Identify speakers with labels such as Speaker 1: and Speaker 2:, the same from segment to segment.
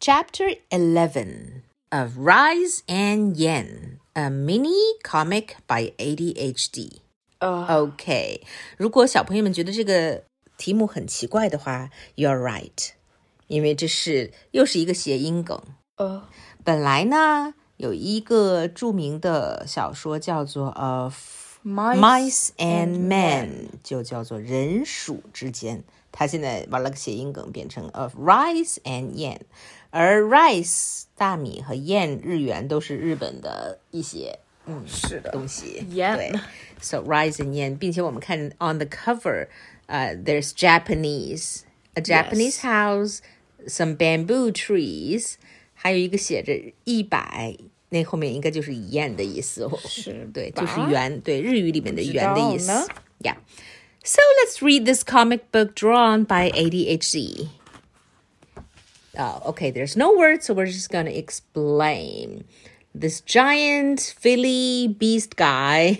Speaker 1: Chapter 11 of Rise and Yen, a mini comic by ADHD.
Speaker 2: 呃
Speaker 1: OK，如果小朋友们觉得这个题目很奇怪的话，You're right，因为这是又是一个谐音梗。
Speaker 2: 呃
Speaker 1: 本来呢，有一个著名的小说叫做《Of
Speaker 2: ，mice
Speaker 1: Mice and Men》，就叫做人鼠之间。它现在玩了个谐音梗，变成 Of Rice and Yen。而 rice 大米和 yen 日元都是日本的一些嗯
Speaker 2: 是的
Speaker 1: 东西。
Speaker 2: Yen
Speaker 1: 对，so rise and yen，并且我们看 on the cover，呃、t h e r e s Japanese，a Japanese house，some bamboo trees，还有一个写着一百，那后面应该就是 yen 的意思。
Speaker 2: 是
Speaker 1: 对，
Speaker 2: 吧
Speaker 1: 就是元，对日语里面的元的意思
Speaker 2: 不知道呢。
Speaker 1: Yeah. So let's read this comic book drawn by ADHD. Oh, okay, there's no word, so we're just gonna explain. This giant Philly beast guy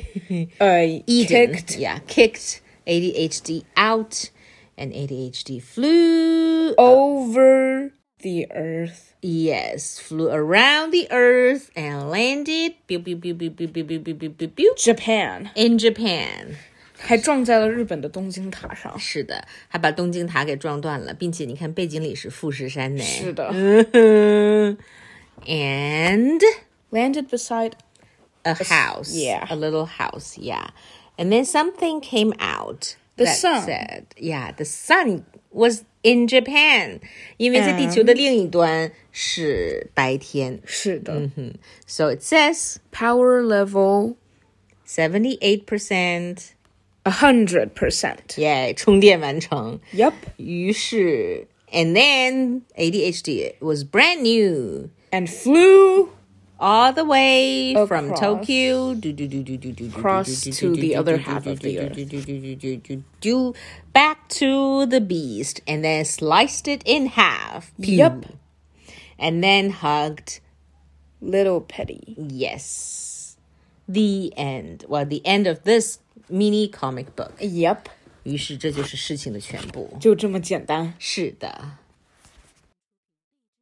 Speaker 2: 呃
Speaker 1: eaten,
Speaker 2: kicked
Speaker 1: yeah, kicked ADHD out, and ADHD flew
Speaker 2: over the earth，
Speaker 1: Yes, flew around the earth and landed pew, pew, pew, pew, pew, pew, pew, pew, pew, pew, pew,
Speaker 2: Japan，
Speaker 1: in Japan.
Speaker 2: 还撞在了日本的东京塔上。
Speaker 1: 是的，还把东京塔给撞断了，并且你看背景里是富士山呢。
Speaker 2: 是的
Speaker 1: ，And
Speaker 2: ，landed beside
Speaker 1: a house,
Speaker 2: yeah.
Speaker 1: a little house, yeah. And then something came out.
Speaker 2: The
Speaker 1: that
Speaker 2: sun.
Speaker 1: said, yeah, the sun was in Japan，因为在地球的另一端是白天。
Speaker 2: 是的、
Speaker 1: So it says
Speaker 2: p o w e r level
Speaker 1: seventy eight percent，
Speaker 2: a hundred percent。
Speaker 1: 耶，充电完成。
Speaker 2: Yep，
Speaker 1: 于是，and then ADHD was brand new。
Speaker 2: and flew
Speaker 1: all the way from
Speaker 2: Across.
Speaker 1: Tokyo do, do, do, do, do, do, do,
Speaker 2: Across
Speaker 1: do, do,
Speaker 2: to
Speaker 1: do,
Speaker 2: the
Speaker 1: do,
Speaker 2: other
Speaker 1: do,
Speaker 2: half
Speaker 1: do,
Speaker 2: of
Speaker 1: do,
Speaker 2: the
Speaker 1: do,
Speaker 2: earth.
Speaker 1: do, do, do, do, do, do, back to the beast and then sliced it in half. Pew.
Speaker 2: Yup.
Speaker 1: And then hugged.
Speaker 2: little petty。
Speaker 1: Yes. The end. Well, the end of this mini comic book.
Speaker 2: Yep，
Speaker 1: 于是这就是事情的全部。
Speaker 2: 就这么简单。
Speaker 1: 是的。